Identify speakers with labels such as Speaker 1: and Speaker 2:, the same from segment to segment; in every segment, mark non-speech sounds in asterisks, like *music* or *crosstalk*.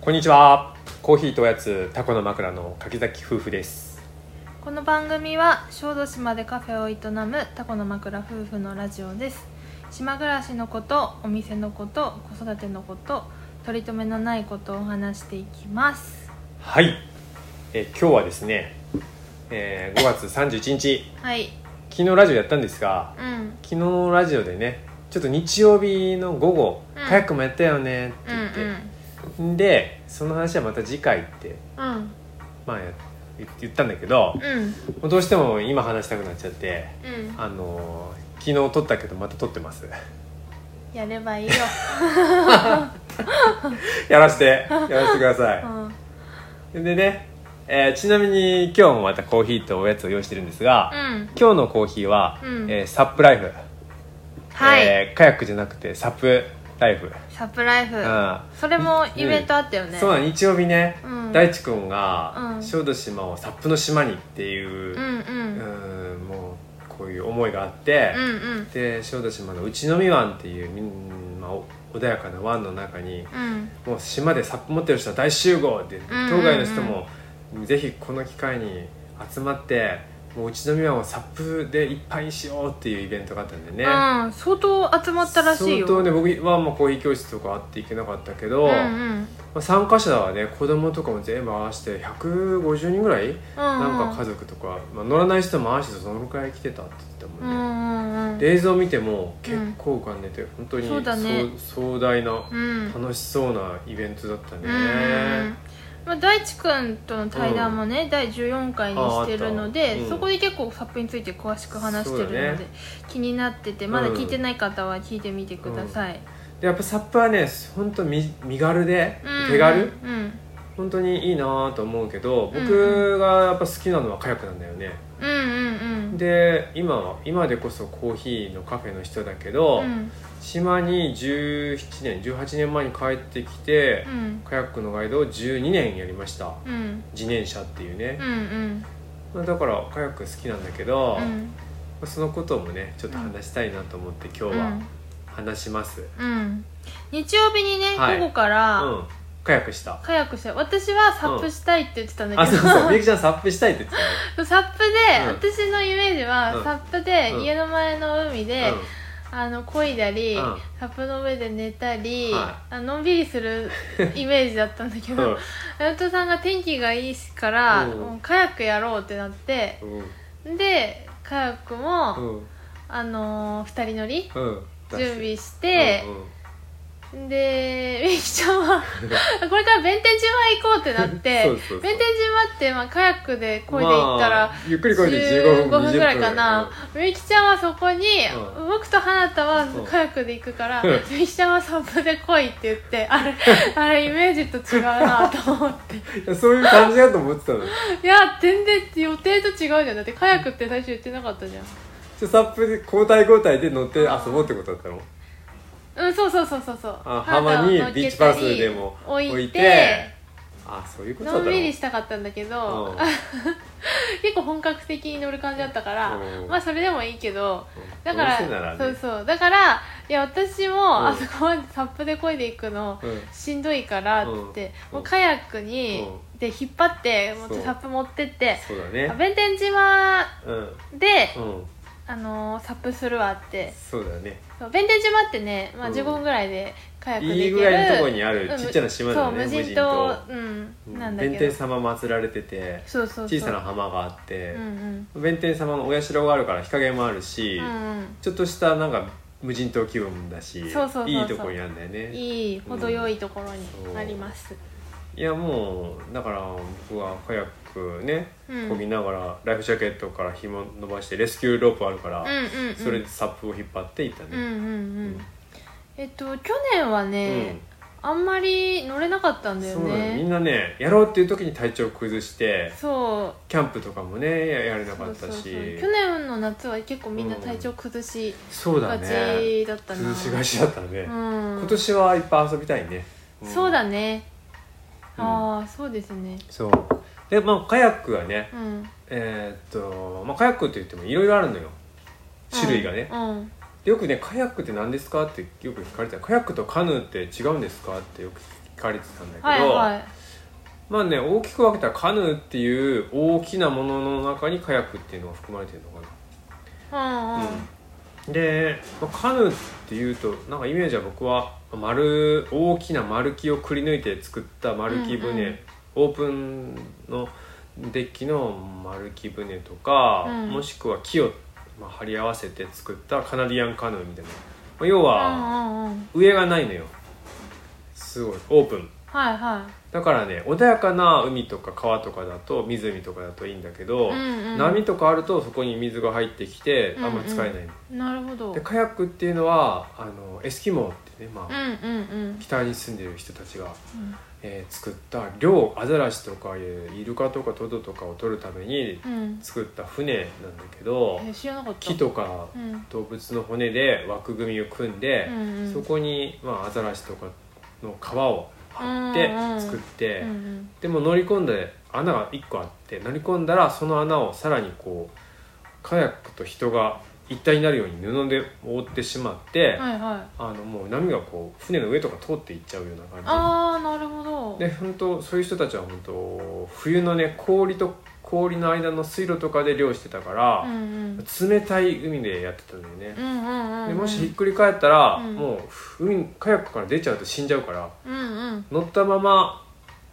Speaker 1: こんにちはコーヒーとおやつタコの枕の柿崎夫婦です
Speaker 2: この番組は小豆島でカフェを営むタコの枕夫婦のラジオです島暮らしのことお店のこと子育てのこと取り留めのないことを話していきます
Speaker 1: はいえ今日はですね、えー5月31日
Speaker 2: はい
Speaker 1: 昨日ラジオやったんですが
Speaker 2: うん
Speaker 1: 昨日のラジオでねちょっと日曜日の午後、
Speaker 2: うん
Speaker 1: カヤックもやったよねって
Speaker 2: うん
Speaker 1: 言って、でその話はまた次回って
Speaker 2: うん
Speaker 1: まあや言言ったんだけど
Speaker 2: うんうん
Speaker 1: もうどうしても今話したくなっちゃって
Speaker 2: うん
Speaker 1: あのー昨日撮ったけどまた撮ってます
Speaker 2: やればいいよ、
Speaker 1: やらしてやらせてください
Speaker 2: うん、
Speaker 1: でね、えーちなみに今日もまたコーヒーとおやつを用意してるんですが、
Speaker 2: うん
Speaker 1: 今日のコーヒーは、
Speaker 2: うん
Speaker 1: えーサップライフ、
Speaker 2: はい、
Speaker 1: えーカヤックじゃなくてサップライフ、
Speaker 2: サプライフ
Speaker 1: う
Speaker 2: それもイベントあったよ
Speaker 1: ん
Speaker 2: ね、
Speaker 1: そうなの日曜日ね、
Speaker 2: うん
Speaker 1: 大地君が、
Speaker 2: うん
Speaker 1: 小豆島をサップの島にっていう
Speaker 2: う、んうん
Speaker 1: うーんもうこういう思いがあって
Speaker 2: う、んうん
Speaker 1: で小豆島の内海湾っていう、うんまあ、お穏やかな湾の中に
Speaker 2: うん
Speaker 1: もう島でサップ持ってる人は大集合で
Speaker 2: うんうん
Speaker 1: 当該の人もぜひこの機会に集まってもううちの宮をサップでいっぱいにしようっていうイベントがあったんでね、
Speaker 2: うん相当集まったらしいよ
Speaker 1: 相当ね僕はまあコーヒー教室とかあっていけなかったけど、
Speaker 2: うん
Speaker 1: ま
Speaker 2: うん
Speaker 1: あ、参加者はね子供とかも全部合わせて150人ぐらい、なんか家
Speaker 2: 族
Speaker 1: 族とか、まあ、乗らない人も合わせてそのくらい来てたって言ってた
Speaker 2: う
Speaker 1: も
Speaker 2: んうん
Speaker 1: ね、
Speaker 2: んうん
Speaker 1: で映像見ても結構浮かんでて、本当に
Speaker 2: そうだね
Speaker 1: そう壮大な
Speaker 2: うん
Speaker 1: 楽しそうなイベントだったね、
Speaker 2: うんまあ、大地君との対談もね、第14回にしてるの
Speaker 1: ああった
Speaker 2: で、
Speaker 1: うん
Speaker 2: そこで結構サップについて詳しく話してるの
Speaker 1: そうだ
Speaker 2: で、
Speaker 1: ね
Speaker 2: 気になっててまだ聞いてない方は聞いてみてください、
Speaker 1: でやっぱサップはね本当身身軽で
Speaker 2: うん
Speaker 1: 手軽
Speaker 2: うん
Speaker 1: 本当にいいなと思うけど
Speaker 2: うん
Speaker 1: 僕がやっぱ好きなのはカヤックなんだよね
Speaker 2: うんうん
Speaker 1: で今は今でこそコーヒーのカフェの人だけど、
Speaker 2: うんうん
Speaker 1: 島に17年18年前に帰ってきて
Speaker 2: う、ん
Speaker 1: カヤックのガイドを12年やりました
Speaker 2: うん
Speaker 1: 自転車っていうね
Speaker 2: うんう、ん
Speaker 1: まあだからカヤック好きなんだけど、
Speaker 2: う
Speaker 1: ま
Speaker 2: ん
Speaker 1: あそのこともねちょっと話したいなと思って今
Speaker 2: う
Speaker 1: 日は
Speaker 2: ん
Speaker 1: 話します、
Speaker 2: うん日曜日にね、
Speaker 1: はい
Speaker 2: 午後から、
Speaker 1: うんカヤックした
Speaker 2: カヤックして私はサップしたいって言ってたんだ
Speaker 1: あ
Speaker 2: けど、
Speaker 1: そうそうみゆきちゃんサップしたいって言ってたよ
Speaker 2: サップで、
Speaker 1: う
Speaker 2: 私のイメージは、
Speaker 1: うん
Speaker 2: サップで、
Speaker 1: うん
Speaker 2: 家の前の海で、
Speaker 1: うん
Speaker 2: あの漕いだり、
Speaker 1: うん
Speaker 2: サップの上で寝たり、
Speaker 1: は
Speaker 2: あのんびり
Speaker 1: *laughs*
Speaker 2: するイメージだったんだけど、ヤトさんが天気がいいから、
Speaker 1: うん
Speaker 2: もうカヤックやろうってなって
Speaker 1: うん
Speaker 2: でカヤック
Speaker 1: う
Speaker 2: も、
Speaker 1: ん
Speaker 2: あのー、2人乗り
Speaker 1: うん
Speaker 2: 準備して、でみゆきちゃ
Speaker 1: *laughs*
Speaker 2: んはこれから弁天島行こうってなって
Speaker 1: そうそうそう
Speaker 2: 弁天島って、まあ、カヤックで漕いで行ったら、
Speaker 1: まあゆっくりこいで15分
Speaker 2: 15分ぐらいかな、みゆきちゃんはそこに、
Speaker 1: う
Speaker 2: 僕と花田は
Speaker 1: うん
Speaker 2: カヤックで行くから、
Speaker 1: うん
Speaker 2: みゆきちゃんはサップで来いって言ってあれあれイメージと違うなと思って
Speaker 1: 20分いやそういう感じだと思ってたの
Speaker 2: いや全然予定と違うじゃんだってカヤックって最初言ってなかったじゃん
Speaker 1: じゃあサップで交代交代で乗って遊ぼうってことだったの
Speaker 2: うんそうそうそうそうそう
Speaker 1: あ
Speaker 2: 花田を
Speaker 1: 浜に
Speaker 2: 乗っけたり
Speaker 1: ビーチバスでも
Speaker 2: 置いて
Speaker 1: 置いてあそういうことだ
Speaker 2: の
Speaker 1: っ
Speaker 2: ん
Speaker 1: た
Speaker 2: び
Speaker 1: の
Speaker 2: りしたかったんだけ
Speaker 1: う
Speaker 2: ど、
Speaker 1: ん
Speaker 2: *laughs* 結構本格的に乗る感じだったから、
Speaker 1: うん
Speaker 2: まあそれでもいいけど、だか
Speaker 1: どうせなら
Speaker 2: ら
Speaker 1: ね
Speaker 2: そうそうだからいや私
Speaker 1: うん
Speaker 2: もあそこまでサップで漕いでいくの
Speaker 1: うん
Speaker 2: しんどいからって、
Speaker 1: うん
Speaker 2: もうカヤックに、で引っ張ってもう
Speaker 1: そう
Speaker 2: サップ持ってって
Speaker 1: そうだ
Speaker 2: あ
Speaker 1: ね
Speaker 2: 弁天島
Speaker 1: うん
Speaker 2: で、
Speaker 1: うん
Speaker 2: あのーサップするわって
Speaker 1: そうだね
Speaker 2: そう弁天島ってね、まあ、
Speaker 1: うん
Speaker 2: 15分ぐらいでカヤックで行ける
Speaker 1: いいぐらいのところにあるちっちゃな島だよね
Speaker 2: うんそう無人
Speaker 1: 無
Speaker 2: 島
Speaker 1: 人
Speaker 2: う
Speaker 1: うんん
Speaker 2: なんだ
Speaker 1: 弁
Speaker 2: け
Speaker 1: 天
Speaker 2: ど
Speaker 1: 様祀られてて
Speaker 2: そうそうそう
Speaker 1: 小さな浜があって
Speaker 2: うんうん
Speaker 1: 弁天様のお社があるから日陰もあるし、
Speaker 2: うん
Speaker 1: ちょっとしたなんか無人島気分だし
Speaker 2: そうそうそうそう
Speaker 1: いいとこにあるんだよ
Speaker 2: うん、
Speaker 1: ね
Speaker 2: いい程よいところにあります、
Speaker 1: いやもうだから僕はカヤックね
Speaker 2: うん
Speaker 1: こぎながらライフジャケットから紐伸ばしてレスキューロープあるから、
Speaker 2: うんうんうん、
Speaker 1: それでサップを引っ張っていったね、
Speaker 2: うんうんうん
Speaker 1: ん
Speaker 2: えっと去年はね、あんまり乗れなかったんだよ
Speaker 1: そうなのみん
Speaker 2: ね
Speaker 1: なねやろうっていう時に体調崩して
Speaker 2: そう
Speaker 1: キャンプとかもねややれな
Speaker 2: そ
Speaker 1: かっ
Speaker 2: う
Speaker 1: た
Speaker 2: そうそう
Speaker 1: し
Speaker 2: 去年の夏は結構みんな体調崩し
Speaker 1: そうだ
Speaker 2: が
Speaker 1: ね
Speaker 2: ちだったな、
Speaker 1: 崩しがちだったね、
Speaker 2: うん、
Speaker 1: 今年はいっぱい遊びたいね、ん
Speaker 2: そうだね、
Speaker 1: うん
Speaker 2: ああそうですね
Speaker 1: そうでまあカヤックはね
Speaker 2: うん
Speaker 1: えーっと、まあ、カヤックといってもいろいろあるのよ種類がね、
Speaker 2: うん
Speaker 1: でよくね「カヤックって何ですか?」ってよく聞かれて「カヤックとカヌーって違うんですか?」ってよく聞かれてたんだけど、
Speaker 2: はいはい
Speaker 1: まあね大きく分けたらカヌーっていう大きなものの中にカヤックっていうのが含まれてるのかな
Speaker 2: うんうん
Speaker 1: で、まあカヌーっていうとなんかイメージは僕は丸大きな丸木をくり抜いて作った丸木船、
Speaker 2: うんうん
Speaker 1: オープンのデッキの丸木船とか、
Speaker 2: うん
Speaker 1: もしくは木を、まあ、貼り合わせて作ったカナディアンカヌーみたいな、まあ要は
Speaker 2: うんうんうん
Speaker 1: 上がないのよすごいオープン
Speaker 2: はいは
Speaker 1: だからね穏やかな海とか川とかだと湖とかだといいんだけど、
Speaker 2: いうんうん
Speaker 1: 波とかあるとそこに水が入ってきてあんまり使えない、
Speaker 2: うんなるほど
Speaker 1: でカヤックっていうのはあのエスキモーってね、ま
Speaker 2: う
Speaker 1: あ
Speaker 2: んうんうん
Speaker 1: 北に住んでる人たちが、
Speaker 2: うん
Speaker 1: えー作った漁アザラシとかいうイルカとかトドとかを取るために
Speaker 2: うん
Speaker 1: 作った船なんだけど、
Speaker 2: え知らなかった
Speaker 1: 木とか
Speaker 2: うんうん
Speaker 1: 動物の骨で枠組みを組んで、
Speaker 2: うん
Speaker 1: そこに、まあ、アザラシとかの皮を張
Speaker 2: うんう
Speaker 1: っ
Speaker 2: ん
Speaker 1: て作って、
Speaker 2: うんうん
Speaker 1: でも乗り込んで穴が1個あって乗り込んだらその穴をさらにこうカヤックと人が一体になるように布で覆ってしまって、
Speaker 2: はいはい
Speaker 1: あのもう波がこう船の上とか通っていっちゃうような感
Speaker 2: ああなるほど
Speaker 1: じで本当そういう人たちは本当冬のね氷と氷の間の水路とかで漁してたから
Speaker 2: うん、うん
Speaker 1: 冷たい海でやってたんだよね
Speaker 2: う、んうんうん
Speaker 1: でもしひっくり返ったら、
Speaker 2: うん
Speaker 1: もうふ海カヤックから出ちゃうと死んじゃうから
Speaker 2: うんうん
Speaker 1: 乗ったまま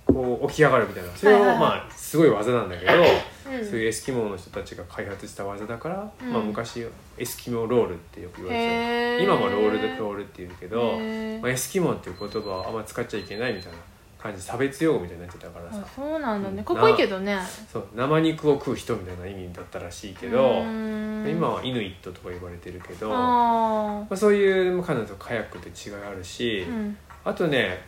Speaker 1: こう起き上がるみたいなそれ
Speaker 2: はいはい
Speaker 1: は
Speaker 2: はい
Speaker 1: まあすごい技なんだけど、
Speaker 2: うん
Speaker 1: そういうエスキモーの人たちが開発した技だから、
Speaker 2: うん
Speaker 1: まあ、昔エスキモーロールってよく言われて
Speaker 2: へ
Speaker 1: た
Speaker 2: ー
Speaker 1: 今もロールでロールって言うけど、
Speaker 2: へー
Speaker 1: まあ、エスキモーっていう言葉はあんま使っちゃいけないみたいな感じ差別用語みたいになっちゃったからさ、
Speaker 2: あそうなんだ
Speaker 1: う
Speaker 2: ね
Speaker 1: ん
Speaker 2: かっこいいけどね
Speaker 1: そう生肉を食う人みたいな意味だったらしいけど、今はイヌイットとか呼ばれてるけど、ま
Speaker 2: あ
Speaker 1: あ、そういうカナダとカヤックって違いあるし、
Speaker 2: ーうん
Speaker 1: あとね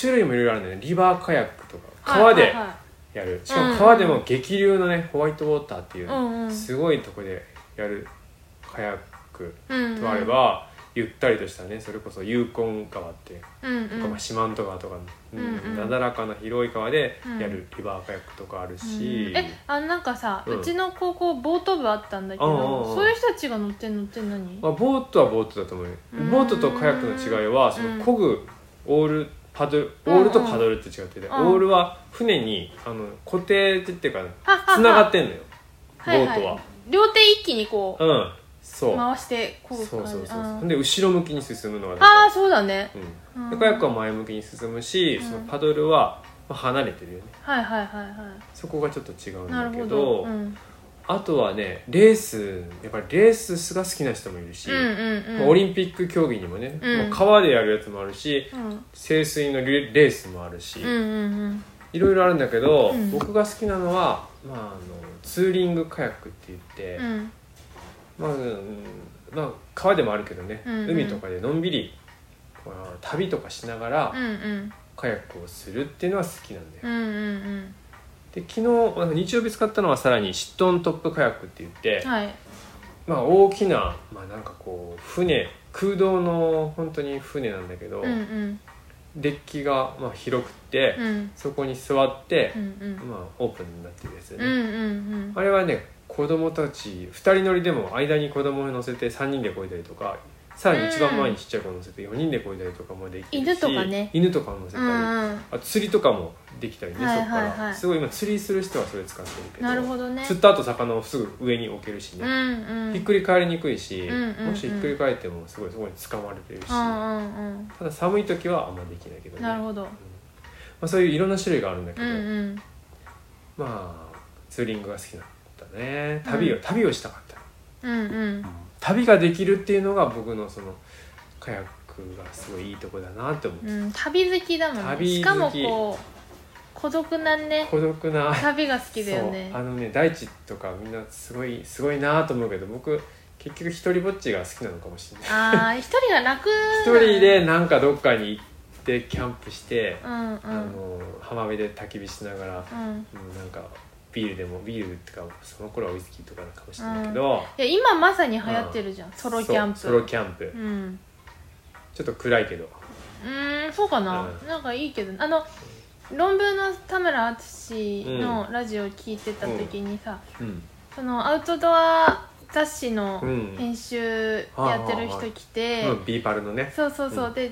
Speaker 1: 種類もいろいろあるんだよねリバーカヤックとか
Speaker 2: はい
Speaker 1: 川
Speaker 2: は
Speaker 1: で
Speaker 2: いはい
Speaker 1: やるしかも川でも激流のねホワイトウォーターっていう
Speaker 2: う
Speaker 1: ね、
Speaker 2: んうん
Speaker 1: すごいとこでやるカヤック
Speaker 2: うんうん
Speaker 1: とあれば、ゆったりとしたねそれこそユーコン川っていう、
Speaker 2: うんうん
Speaker 1: とかまあ四万十川とか、うん
Speaker 2: うんうん
Speaker 1: なだらかな広い川で
Speaker 2: うん
Speaker 1: やるリバーカヤックとかある
Speaker 2: う
Speaker 1: し、
Speaker 2: んえあなんかさ、う
Speaker 1: うん
Speaker 2: ちの高校ボート部あったんだけ
Speaker 1: うんうんう
Speaker 2: ど
Speaker 1: ん
Speaker 2: そういう人たちが乗ってんのって何
Speaker 1: まあ、ボートはボートだと思うよ
Speaker 2: うん
Speaker 1: ボートとカヤックの違いはそ
Speaker 2: うん
Speaker 1: の漕ぐオールパドルオールとパドルって違ってて、
Speaker 2: うん
Speaker 1: オールは船にあの固定っていうか
Speaker 2: はっはっは
Speaker 1: つながってんのよボ
Speaker 2: い
Speaker 1: ートは、
Speaker 2: い、両手一気にこう
Speaker 1: うんそう、
Speaker 2: 回してこう
Speaker 1: そうそうそうそ
Speaker 2: あ
Speaker 1: う
Speaker 2: ー
Speaker 1: で後ろ向きに進むのが
Speaker 2: あーそうだね
Speaker 1: うん、
Speaker 2: う
Speaker 1: で
Speaker 2: ん
Speaker 1: カヤックは前向きに進むし、
Speaker 2: うん
Speaker 1: そのパドルはまあ離れてるよね
Speaker 2: はいはいはいは
Speaker 1: そこがちょっと違うん
Speaker 2: いな
Speaker 1: だ
Speaker 2: る
Speaker 1: け
Speaker 2: ほ
Speaker 1: ど
Speaker 2: ど、うん、
Speaker 1: あとはねレースやっぱりレースが好きな人もいるし、
Speaker 2: うんうんう
Speaker 1: まあ
Speaker 2: ん
Speaker 1: オリンピック競技にもね、
Speaker 2: うん
Speaker 1: もう川でやるやつもあるし
Speaker 2: うん
Speaker 1: 清水のレレースもあるし、
Speaker 2: うんうんうん
Speaker 1: いろいろあるんだけど、
Speaker 2: うん
Speaker 1: 僕が好きなのは、まあ、あのツーリングカヤックって言って、
Speaker 2: うん
Speaker 1: まあうんまあ、川でもあるけどね、
Speaker 2: うんうん
Speaker 1: 海とかでのんびり、まあ旅とかしながら、
Speaker 2: うんうん
Speaker 1: カヤックをするっていうのは好きなんだよ、
Speaker 2: うんうん
Speaker 1: で昨日なんか日曜日使ったのはさらにシットントップカヤックって言って、
Speaker 2: うんはい
Speaker 1: まあ、大きな,、まあ、なんかこう船空洞の本当に船なんだけど、
Speaker 2: うんうん
Speaker 1: デッキがまあ広くて、
Speaker 2: うん
Speaker 1: そこに座って
Speaker 2: う、んうん
Speaker 1: まあ、オープンになってるやつだ
Speaker 2: う
Speaker 1: よね、
Speaker 2: んうんうん
Speaker 1: あれはね子供たち2人乗りでも間に子供を乗せて3人でこいだりとかさらに一番前にちっちゃい子乗せて4人でこいだりとかもできるし
Speaker 2: 犬とかね
Speaker 1: 犬とかも乗せ
Speaker 2: う
Speaker 1: たり、
Speaker 2: んうん
Speaker 1: あ釣りとかもできたりね、
Speaker 2: はい
Speaker 1: そこから、
Speaker 2: はいはい
Speaker 1: すごい今釣りする人はそれ使ってるけど
Speaker 2: なるほどね
Speaker 1: 釣った後魚をすぐ上に置けるし
Speaker 2: う
Speaker 1: ね、
Speaker 2: んうん
Speaker 1: ひっくり返りにくいし、
Speaker 2: うんうんうん
Speaker 1: もしひっくり返ってもすごいそこに掴まれてるし、
Speaker 2: うんうんうん
Speaker 1: ただ寒い時はあんまできないけどね
Speaker 2: なる
Speaker 1: ま
Speaker 2: ほど
Speaker 1: あ、そういういろんな種類があるんだけ
Speaker 2: う
Speaker 1: ど、
Speaker 2: んうん
Speaker 1: まあツーリングが好きだったね旅を、旅をしたかった、
Speaker 2: うんうん
Speaker 1: 旅ができるっていうのが僕のそのカヤックがすごいいいとこだなって思って、
Speaker 2: うん、旅好きだもんね
Speaker 1: 旅好き
Speaker 2: しかもこう孤独なね
Speaker 1: 孤独な
Speaker 2: 旅が好きだよね
Speaker 1: そうあのね大地とかみんなすごいすごいなと思うけど僕結局一人ぼっちが好きなのかもしれない
Speaker 2: ああ一人が楽
Speaker 1: 一人でなんかどっかに行ってキャンプして、
Speaker 2: うんうん
Speaker 1: あの浜辺で焚き火しながら、
Speaker 2: うん
Speaker 1: うん、なんかビールでもビールってかその頃はウイスキーとかかもしれないけど、
Speaker 2: いや今まさに流行ってるじゃん、ソロキャンプ
Speaker 1: そうソロキャンプ、
Speaker 2: うん
Speaker 1: ちょっと暗いけど
Speaker 2: うーんそうかな、
Speaker 1: う
Speaker 2: なんかいいけどあの論文の田村淳のラジオを聞いてた時にさ、
Speaker 1: うん
Speaker 2: そのアウトドア雑誌の
Speaker 1: うん
Speaker 2: 編集やってる人来て、
Speaker 1: うんビーパルのね
Speaker 2: そうそうそう、
Speaker 1: うん
Speaker 2: で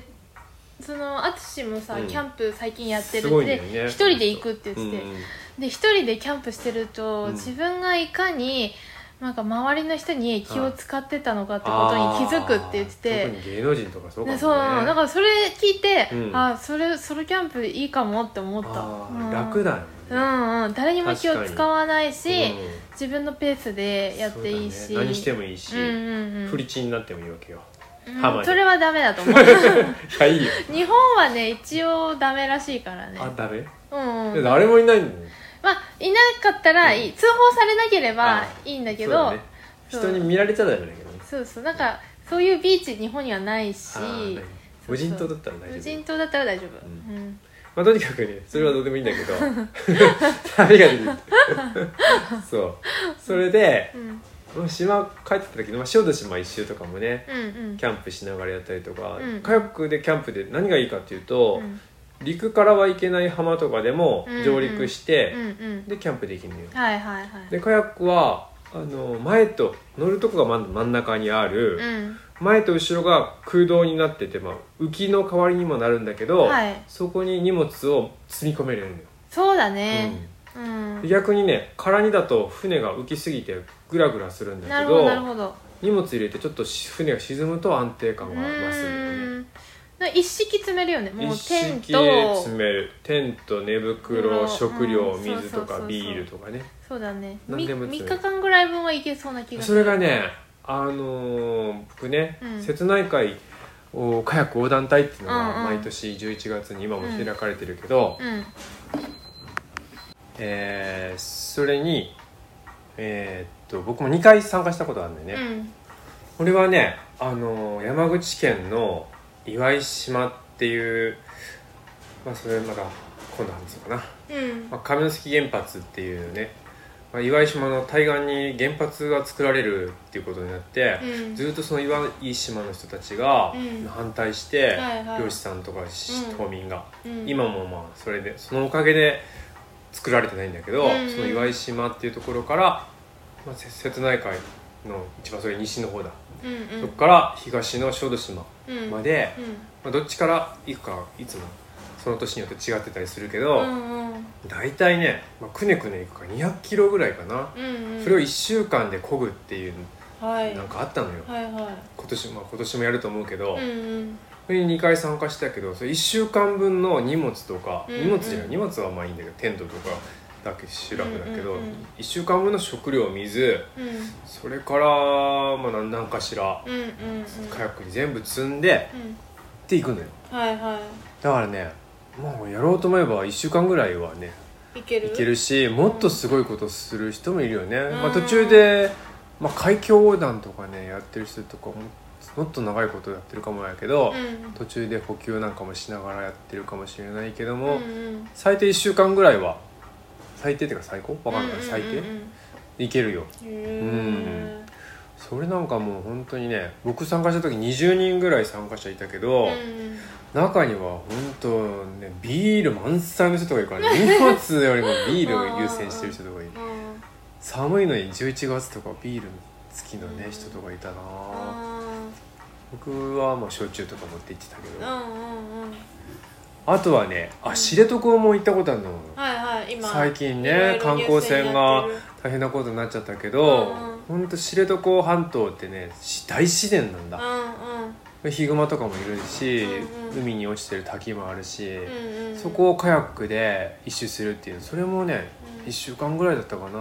Speaker 2: その淳もさ、
Speaker 1: うん
Speaker 2: キャンプ最近やってる
Speaker 1: すご
Speaker 2: っ
Speaker 1: いんだ
Speaker 2: て
Speaker 1: よね
Speaker 2: 一人で行くって言ってて、
Speaker 1: うん
Speaker 2: で一人でキャンプしてると、
Speaker 1: うん
Speaker 2: 自分がいかになんか周りの人に気を使ってたのかってことに気づくって言って
Speaker 1: あー
Speaker 2: て。
Speaker 1: 特に芸能人とかそうかも
Speaker 2: で
Speaker 1: ね
Speaker 2: そうだからそれ聞いて、
Speaker 1: うん
Speaker 2: あそれソロキャンプいいかもって思った、
Speaker 1: あ
Speaker 2: う
Speaker 1: ー
Speaker 2: ん
Speaker 1: 楽だよね
Speaker 2: うんうん誰にも気を使わないし、
Speaker 1: うん
Speaker 2: 自分のペースでやっていい
Speaker 1: そ
Speaker 2: し、
Speaker 1: うだね何してもいいし、
Speaker 2: うんうんうん
Speaker 1: フリチンになってもいいわけよ
Speaker 2: うん
Speaker 1: ハワイで
Speaker 2: それはダメだ
Speaker 1: *laughs*
Speaker 2: と思う
Speaker 1: いやいいよ
Speaker 2: 日本はね一応ダメらしいからね
Speaker 1: あダメ、
Speaker 2: うん、う
Speaker 1: で
Speaker 2: ん、ま
Speaker 1: 誰もいないのに
Speaker 2: あいなかったらいい、通報されなければ
Speaker 1: あ
Speaker 2: いいんだけ
Speaker 1: そう
Speaker 2: ど
Speaker 1: だね
Speaker 2: そう
Speaker 1: 人に見られちゃダメだけどね
Speaker 2: そうそうなんかそういうビーチ日本にはないし
Speaker 1: あーない無人島だったら大
Speaker 2: 無
Speaker 1: 丈夫
Speaker 2: 人島だったら大丈夫、
Speaker 1: う
Speaker 2: うん
Speaker 1: まあとにかくねそれはどうでもいいんだけど *laughs* 旅ができる *laughs* そうそれで
Speaker 2: うん、
Speaker 1: まあ島帰ってた時の、まあ、小豆島一周とかもね
Speaker 2: うんうん
Speaker 1: キャンプしながらやったりとか、
Speaker 2: うん
Speaker 1: カヤックでキャンプで何がいいかっていうと、
Speaker 2: うん
Speaker 1: 陸からは行けない浜とかでも
Speaker 2: うんうん
Speaker 1: 上陸して、
Speaker 2: うんうん
Speaker 1: でキャンプできるのよ
Speaker 2: はいはいはい
Speaker 1: でカヤックはあの前と乗るとこが真ん真ん中にある、
Speaker 2: うん
Speaker 1: 前と後ろが空洞になってて、まあ、浮きの代わりにもなるんだけど、
Speaker 2: はい
Speaker 1: そこに荷物を積み込めれるのよ、
Speaker 2: そうだねうん、
Speaker 1: うん逆にね空にだと船が浮きすぎてグラグラするんだ
Speaker 2: な
Speaker 1: け
Speaker 2: るほど
Speaker 1: ど
Speaker 2: なるほど
Speaker 1: 荷物入れてちょっとし船が沈むと安定感が増すんだよね
Speaker 2: うーん一式詰めるよねもう
Speaker 1: 一
Speaker 2: テン
Speaker 1: 式
Speaker 2: ト
Speaker 1: 詰めるテント寝
Speaker 2: う
Speaker 1: 袋
Speaker 2: ん
Speaker 1: 食料
Speaker 2: うん
Speaker 1: 水と
Speaker 2: そうそうそう
Speaker 1: か
Speaker 2: そう
Speaker 1: ビールとかね
Speaker 2: そうだね
Speaker 1: 何
Speaker 2: み
Speaker 1: でも
Speaker 2: 3
Speaker 1: 詰
Speaker 2: 日
Speaker 1: める
Speaker 2: 間ぐらい分はいけそうな気がす
Speaker 1: そ
Speaker 2: る
Speaker 1: れがねあのー僕ね、
Speaker 2: うん
Speaker 1: 瀬戸内海をカヤック横断隊っていうの
Speaker 2: うんうん
Speaker 1: が毎年11月に今も開かれてるけど、
Speaker 2: うん
Speaker 1: えーそれに、えーっと僕も2回参加したことあるんだよね、
Speaker 2: うん
Speaker 1: これはね、あのー山口県の岩井島っていうまあそれまた今度話そうかな、
Speaker 2: うん
Speaker 1: まあ、亀の関原発っていうね、まあ、岩井島の対岸に原発が作られるっていうことになって、
Speaker 2: うん
Speaker 1: ずっとその岩井島の人たちが
Speaker 2: うん
Speaker 1: 反対して、
Speaker 2: はいはい
Speaker 1: 漁師さんとかし
Speaker 2: うん
Speaker 1: 島民が、
Speaker 2: うん
Speaker 1: 今もまあそれでそのおかげで作られてないんだけど、
Speaker 2: うんうん
Speaker 1: その岩井島っていうところから、まあ、せ瀬戸内海の一番それ西の方だ、
Speaker 2: うんうん
Speaker 1: そこから東の小豆島
Speaker 2: うん
Speaker 1: まで、
Speaker 2: うん
Speaker 1: まあ、どっちから行くかいつもその年によって違ってたりするけど、
Speaker 2: うんうん
Speaker 1: 大体ね、まあ、くねくね行くから200キロぐらいかな、
Speaker 2: うんうん
Speaker 1: それを1週間で漕ぐっていう
Speaker 2: はい
Speaker 1: なんかあったのよ、
Speaker 2: はいは
Speaker 1: 今年,、まあ、今年もやると思うけど、
Speaker 2: いうんうん
Speaker 1: それに2回参加したけどそれ1週間分の荷物とか、
Speaker 2: うんうん
Speaker 1: 荷物じゃない荷物はまあいいんだけどテントとかだけシュラフだけど、
Speaker 2: うんうんうん
Speaker 1: 1週間分の食料水
Speaker 2: うん
Speaker 1: それから、まあ、何なんかしら
Speaker 2: うんうんうん
Speaker 1: カヤックに全部積んで
Speaker 2: うん
Speaker 1: って行くのよ
Speaker 2: はいは
Speaker 1: だからねもうやろうと思えば1週間ぐらいはね
Speaker 2: いいける
Speaker 1: いけるしもっとすごいことする人もいるよね、
Speaker 2: ん
Speaker 1: まあ、途中で、まあ、海峡横断とかねやってる人とかももっと長いことやってるかもやけど、
Speaker 2: うん
Speaker 1: 途中で補給なんかもしながらやってるかもしれないけど
Speaker 2: うん
Speaker 1: も、
Speaker 2: うん
Speaker 1: 最低1週間ぐらいは最低っていうか最高わかんない、最
Speaker 2: うんう
Speaker 1: 低
Speaker 2: んうん
Speaker 1: いけるよ
Speaker 2: へー
Speaker 1: それなんかもう本当にね僕参加した時20人ぐらい参加者いたけど、
Speaker 2: うん
Speaker 1: 中には本当ねビール満載の人とかいるから、ね、荷物よりもビール優先してる人とか
Speaker 2: *laughs*
Speaker 1: いる
Speaker 2: うん
Speaker 1: 寒いのに11月とかビール好きのね、
Speaker 2: うん
Speaker 1: 人とかいたな
Speaker 2: あ
Speaker 1: 僕はまあ焼酎とか持って行ってたけど、
Speaker 2: ーうんうんうん
Speaker 1: あとはね
Speaker 2: う
Speaker 1: あ
Speaker 2: ん
Speaker 1: 知床も行ったことあるの、
Speaker 2: はいはい今
Speaker 1: 最近
Speaker 2: いろい
Speaker 1: ね
Speaker 2: ろ
Speaker 1: 観光船が
Speaker 2: 流星やって
Speaker 1: 大変なことになっちゃったけど、ほんと知床半島ってねし大自然なんだ、ヒグマとかもいるし、
Speaker 2: うんうん
Speaker 1: 海に落ちてる滝もあるし、
Speaker 2: るうんうんうんうん
Speaker 1: そこをカヤックで一周するっていうそれもね
Speaker 2: うん
Speaker 1: 1週間ぐらいだったかな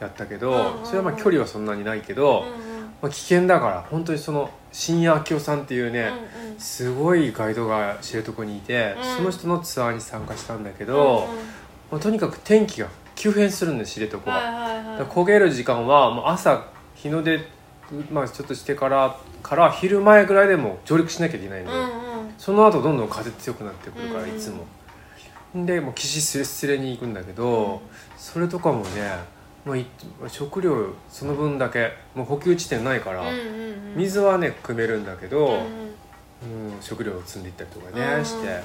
Speaker 1: やったけ
Speaker 2: うん
Speaker 1: ど、
Speaker 2: うん
Speaker 1: それはまあ距離はそんなにないけど、
Speaker 2: うんうん
Speaker 1: まあ、危険だから本当にその深夜明夫さんっていうね、
Speaker 2: うんうん
Speaker 1: すごいガイドが知床にいて、
Speaker 2: うん
Speaker 1: その人のツアーに参加したんだけど、まあ、とにかく天気が急変するんで知床は。
Speaker 2: はいはいはい
Speaker 1: だから焦げる時間はもう朝日の出、まあ、ちょっとしてからから昼前ぐらいでもう上陸しなきゃいけないの
Speaker 2: う
Speaker 1: で、
Speaker 2: んうん
Speaker 1: その後どんどん風強くなってくるから、
Speaker 2: うんうん
Speaker 1: いつもでもう岸すれすれに行くんだけど、それとかもねもうい食料その分だけもう補給地点ないから、
Speaker 2: うんうんうん
Speaker 1: 水はね汲めるんだけど、
Speaker 2: う
Speaker 1: うん食料を積んでいったりとか
Speaker 2: う
Speaker 1: ね、
Speaker 2: ん
Speaker 1: してや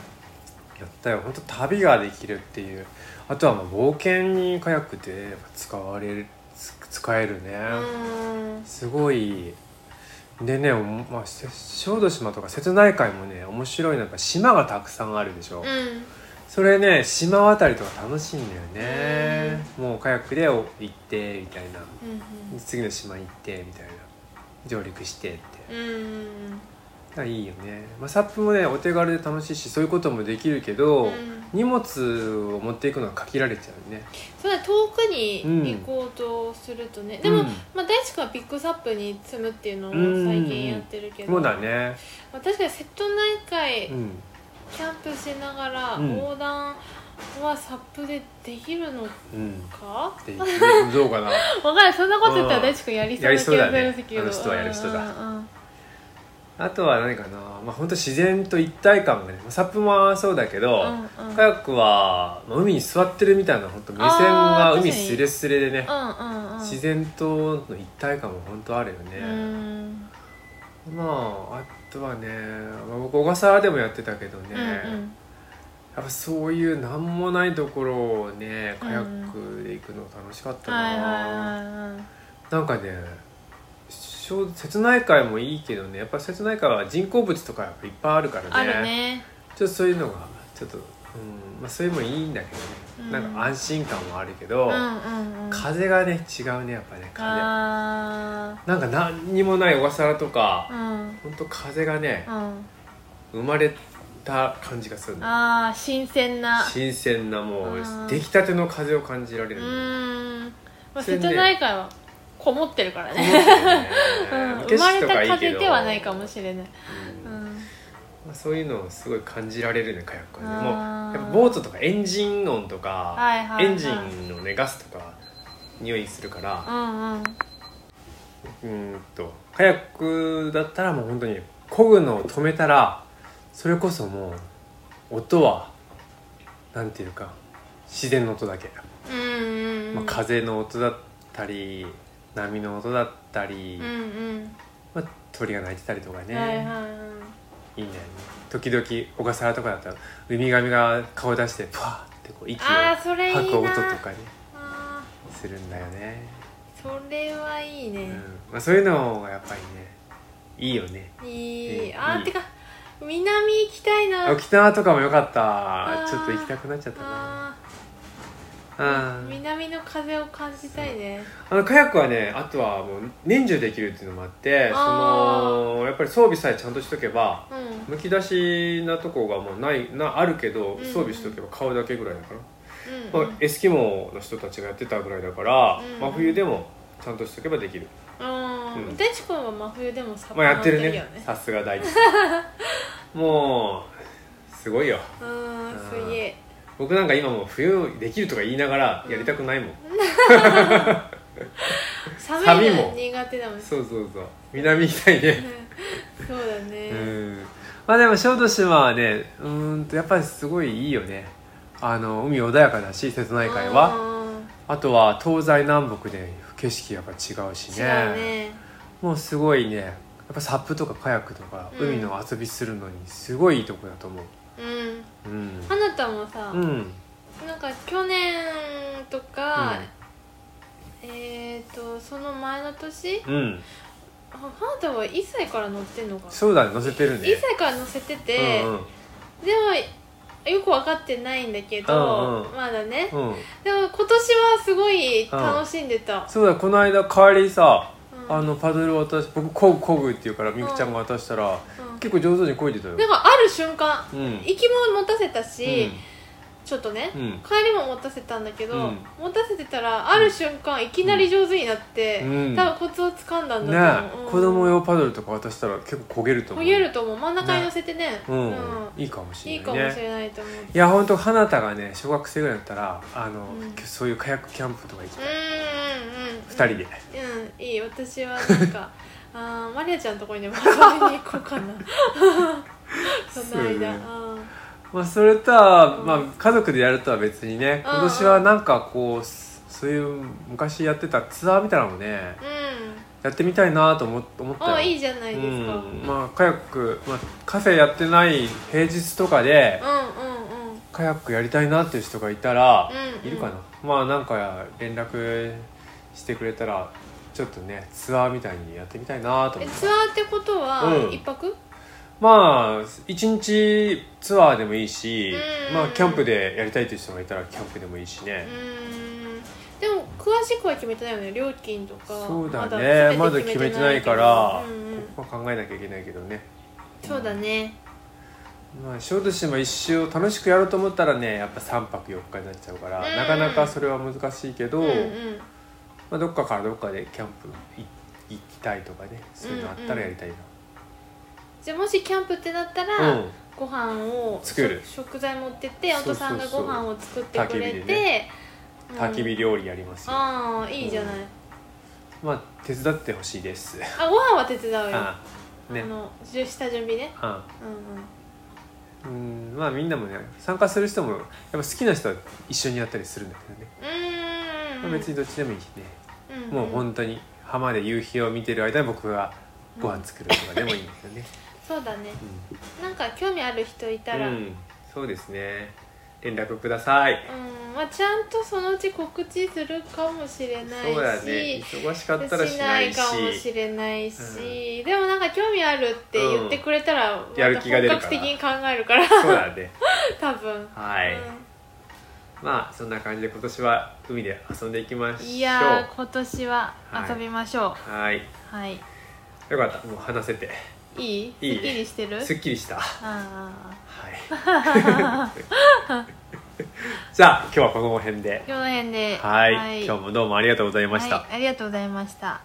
Speaker 1: ったよ本当旅ができるっていうあとはまあ冒険にカヤックってやっぱ使われるつ使えるね、
Speaker 2: うんうん
Speaker 1: すごいでね、おもまあ、せ小豆島とか瀬戸内海もね面白いのはやっぱ島がたくさんあるでしょ、
Speaker 2: うん
Speaker 1: それね島渡りとか楽しいんだよね、もうカヤックでお行ってみたいな
Speaker 2: う
Speaker 1: 次の島行ってみたいな上陸してって
Speaker 2: んうん
Speaker 1: だからいいよね、まあ、サップもねお手軽で楽しいしそういうこともできるけど、
Speaker 2: うん
Speaker 1: 荷物を持っていくのは限られちゃうね
Speaker 2: それは遠くに行こうとするとね、でも、
Speaker 1: うん
Speaker 2: まあ、大地君はピックアップに積むっていうのを
Speaker 1: うん
Speaker 2: 最近やってるけど、
Speaker 1: そうだね
Speaker 2: まあ、確かに瀬戸内海
Speaker 1: うん
Speaker 2: キャンプしながら
Speaker 1: うん
Speaker 2: 横断はサップでできるの
Speaker 1: うん *laughs*
Speaker 2: か、
Speaker 1: でどうかな
Speaker 2: わかんないそんなこと言ったら大地君やりそうな気がす
Speaker 1: や
Speaker 2: る
Speaker 1: りそうだね
Speaker 2: けど
Speaker 1: あの人はやる人だ
Speaker 2: うんうん
Speaker 1: あとは何かなまあ本当自然と一体感がねサップもそうだけど、
Speaker 2: うんうん
Speaker 1: カヤックは、まあ、海に座ってるみたいな本当目線が
Speaker 2: あー
Speaker 1: 海
Speaker 2: 確かに
Speaker 1: すれすれでね
Speaker 2: うんうんうん
Speaker 1: 自然との一体感も本当あるよね、
Speaker 2: うん
Speaker 1: まああとはね、まあ僕小笠原でもやってたけどね、
Speaker 2: うんうん
Speaker 1: やっぱそういう何もないところをねカヤックで行くの楽しかった
Speaker 2: はいはい
Speaker 1: な、
Speaker 2: はいはい
Speaker 1: なんかねしょ瀬戸内海もいいけどねやっぱ瀬戸内海は人工物とかやっぱいっぱいあるからね
Speaker 2: あるね
Speaker 1: ちょっとそういうのがちょっと、うんまあ、そういうのもいいんだけどね、
Speaker 2: うん
Speaker 1: なんか安心感もあるけど、
Speaker 2: うんうんうん
Speaker 1: 風がね違うねやっぱね風
Speaker 2: あ
Speaker 1: なんか何にもない小笠原とか、
Speaker 2: ーうん
Speaker 1: ほんと風がね
Speaker 2: うん
Speaker 1: 生まれた感じがするの
Speaker 2: あー新鮮な
Speaker 1: 新鮮なも
Speaker 2: あー
Speaker 1: う出来たての風を感じられ
Speaker 2: う
Speaker 1: る
Speaker 2: ーん、まあ、
Speaker 1: それ
Speaker 2: 瀬
Speaker 1: ね
Speaker 2: 戸内海はこもってるから
Speaker 1: 思う
Speaker 2: ね、
Speaker 1: よね
Speaker 2: うん、
Speaker 1: 景
Speaker 2: 生ま
Speaker 1: 色
Speaker 2: れ
Speaker 1: と
Speaker 2: た
Speaker 1: かいいけ
Speaker 2: 風
Speaker 1: ど
Speaker 2: ではないかもしれない、
Speaker 1: うん
Speaker 2: うん、
Speaker 1: まあ、そういうのをすごい感じられるねカヤックはねもう
Speaker 2: あー
Speaker 1: やっぱボートとかエンジン音とか、
Speaker 2: はいはいはい
Speaker 1: エンジンのねガスとか匂いするから
Speaker 2: うんうん
Speaker 1: うーんとカヤックだったらもう本当に漕ぐのを止めたらそれこそもう音はなんていうか自然の音だけ、
Speaker 2: うんうん
Speaker 1: まあ、風の音だったり波の音だったり、
Speaker 2: うんうん
Speaker 1: まあ、鳥が鳴いてたりとかね、
Speaker 2: はいは
Speaker 1: い
Speaker 2: い
Speaker 1: いね時々小笠原とかだったらウミガメが顔出してパーってこう息を
Speaker 2: あーそれいいな
Speaker 1: 吐く音とかね
Speaker 2: あ
Speaker 1: するんだよね、
Speaker 2: ーそれはいい
Speaker 1: うん
Speaker 2: ね、
Speaker 1: まあ、そういうのがやっぱりねいいよね
Speaker 2: いい
Speaker 1: ね
Speaker 2: あ
Speaker 1: い
Speaker 2: ー
Speaker 1: い
Speaker 2: てか南行きたいな
Speaker 1: 沖縄とかもよかった
Speaker 2: あー
Speaker 1: ちょっと行きたくなっちゃったな
Speaker 2: あ
Speaker 1: あ
Speaker 2: ー南の風を感じたいね
Speaker 1: あのカヤックはねあとはもう年中できるっていうのもあってそ
Speaker 2: あー
Speaker 1: のやっぱり装備さえちゃんとしとけば
Speaker 2: うん
Speaker 1: むき出しなとこがもうないなあるけど
Speaker 2: うんうん
Speaker 1: 装備しとけば顔だけぐらいだから、
Speaker 2: うん、
Speaker 1: まあ、エスキモの人たちがやってたぐらいだから、
Speaker 2: うん
Speaker 1: 真冬でもちゃんとしとけばできる、
Speaker 2: うん
Speaker 1: うん
Speaker 2: 大地君は真冬でもサッ
Speaker 1: まあ、やってる
Speaker 2: よ
Speaker 1: ね
Speaker 2: ね
Speaker 1: さすが大地
Speaker 2: *laughs*
Speaker 1: もうすごいよ
Speaker 2: うーんすげえ
Speaker 1: 僕なんか今もう冬できるとか言いながらやりたくないもん、
Speaker 2: 寒い
Speaker 1: サビ
Speaker 2: の
Speaker 1: も
Speaker 2: 苦手だもんそう
Speaker 1: そうそうそう南行きたいね
Speaker 2: だ
Speaker 1: う
Speaker 2: ね
Speaker 1: んまあでも小豆島はねうーんとやっぱりすごいいいよねあの海穏やかだし瀬戸内海は
Speaker 2: は
Speaker 1: あとは東西南北で景色やっぱ違うし
Speaker 2: 違うね
Speaker 1: もうすごいねやっぱサップとかカヤックとか、
Speaker 2: うん
Speaker 1: 海の遊びするのにすごいいいとこだと思う
Speaker 2: うん
Speaker 1: うん、
Speaker 2: 花たもさ
Speaker 1: うん、
Speaker 2: なんか去年とかえっとその前の年
Speaker 1: うん、
Speaker 2: あ花たは1歳から乗ってんのかな
Speaker 1: そうだね乗せてるね
Speaker 2: 1歳から乗せてて
Speaker 1: うん
Speaker 2: でもよく分かってないんだけ
Speaker 1: うん
Speaker 2: ど
Speaker 1: うん
Speaker 2: まだね
Speaker 1: うん、うん、
Speaker 2: でも今年はすごい楽しんでた
Speaker 1: そうだこの間帰りさ
Speaker 2: うん
Speaker 1: あのパドル渡し僕こぐこぐって言うからみくちゃんが渡したら、
Speaker 2: うん
Speaker 1: 結構上手にこいでたよ
Speaker 2: なんかある瞬間
Speaker 1: うん
Speaker 2: 行きも持たせたし、ちょっとね、
Speaker 1: うん
Speaker 2: 帰りも持たせたんだけど、
Speaker 1: うん
Speaker 2: 持たせてたらある瞬間いきなり上手になって、
Speaker 1: うん
Speaker 2: 多分コツをつかんだ
Speaker 1: うんん、ね
Speaker 2: だと思う、うん
Speaker 1: 子供用パドルとか渡したら結構焦げると思
Speaker 2: 焦
Speaker 1: う
Speaker 2: げると思う真ん中に乗せてね
Speaker 1: う、
Speaker 2: うんん
Speaker 1: いいかもしれないいね
Speaker 2: いかもしれないと思う
Speaker 1: いや本当花田がね小学生ぐらいだったらあの、
Speaker 2: うん
Speaker 1: そういうカヤックキャンプとか行き
Speaker 2: う
Speaker 1: たい、
Speaker 2: んうんうん
Speaker 1: 二人で
Speaker 2: うんいい私はなんか *laughs* あーマリアちゃんのとこにでも遊びに行こう
Speaker 1: *laughs*
Speaker 2: かなその
Speaker 1: そう
Speaker 2: 間、
Speaker 1: ね
Speaker 2: うん
Speaker 1: まあ、それとは、
Speaker 2: うん
Speaker 1: まあ、家族でやるとは別にね
Speaker 2: うん
Speaker 1: 今年はなんかこうそそういう昔やってたツアーみたいなのもねやってみたいなと思思っ
Speaker 2: うん、
Speaker 1: た
Speaker 2: あーい
Speaker 1: よ
Speaker 2: いじゃないですか、うん、うん
Speaker 1: うんまあカヤック、まあ、カフェやってない平日とかで
Speaker 2: うんうん
Speaker 1: カヤックやりたいなっていう人がいたら、
Speaker 2: うんうん
Speaker 1: いるかなまあなんか連絡してくれたらちちょっとねツアーみたいにやってみたいなと思
Speaker 2: え
Speaker 1: って
Speaker 2: ツアーってことは
Speaker 1: うん
Speaker 2: 一泊、
Speaker 1: まあ1日ツアーでもいいし
Speaker 2: う、ん
Speaker 1: まあ、キャンプでやりたいっていう人がいたらキャンプでもいいしね
Speaker 2: う、ーんでも詳しくは決めてないよね料金とか
Speaker 1: そうだねまだ
Speaker 2: 全て
Speaker 1: 決めてないから、
Speaker 2: けどうんうん
Speaker 1: ここは考えなきゃいけないけどね、
Speaker 2: そうだね
Speaker 1: まあ、小豆島一周を楽しくやろうと思ったらねやっぱ3泊4日になっちゃうから、
Speaker 2: うん
Speaker 1: なかなかそれは難しいけど、
Speaker 2: うんうん
Speaker 1: まあ、どっかからどっかでキャンプい行きたいとかねそういうのあったらやりたいな、
Speaker 2: じゃあもしキャンプってなった
Speaker 1: う
Speaker 2: ら、
Speaker 1: ん
Speaker 2: ご飯を
Speaker 1: 作る
Speaker 2: しょ食材持ってってお
Speaker 1: そうそうそ
Speaker 2: 父
Speaker 1: う
Speaker 2: さんがご飯を作ってくれ
Speaker 1: 焚き火で
Speaker 2: て
Speaker 1: 焚き火
Speaker 2: うん
Speaker 1: 料理やりますよ、
Speaker 2: ああいいじゃない、
Speaker 1: うんまあ手伝ってほしいです、
Speaker 2: あご飯は手伝うよ、
Speaker 1: ああね
Speaker 2: あのじゅ下準備ね
Speaker 1: あ
Speaker 2: うんうん
Speaker 1: あうんまあみんなもね参加する人もやっぱ好きな人は一緒にやったりするんだけどね、
Speaker 2: うー
Speaker 1: ま
Speaker 2: ん、
Speaker 1: あ別にどっちでもいいしね、
Speaker 2: うんん
Speaker 1: もう本当に浜で夕日を見てる間に僕がご飯作るとかでもいいんだけどね、
Speaker 2: そうだね
Speaker 1: うん
Speaker 2: なんか興味ある人いたら、
Speaker 1: うんそうですね連絡ください
Speaker 2: うんまあ、ちゃんとそのうち告知するかもしれないし
Speaker 1: そうだね忙しかったらしないし
Speaker 2: かもしれないし、でもなんか興味あるって言ってくれたら、また
Speaker 1: やる気が出るから
Speaker 2: 本格的に考えるから *laughs*
Speaker 1: そうだね
Speaker 2: 多分
Speaker 1: はい、
Speaker 2: う
Speaker 1: まあそんな感じで今年は海で遊んでいきましょ
Speaker 2: ん
Speaker 1: う
Speaker 2: いやー今年は遊びましょう
Speaker 1: はい
Speaker 2: はい、
Speaker 1: よかったもう話せて
Speaker 2: い、い
Speaker 1: いい
Speaker 2: すっきりしてる
Speaker 1: すっきりしたは
Speaker 2: あ *laughs* あ
Speaker 1: い *laughs* じゃあ今日はこの辺で
Speaker 2: 今日の辺で
Speaker 1: はい、
Speaker 2: はい
Speaker 1: 今日もどうもありがとうございました、
Speaker 2: はい、ありがとうございました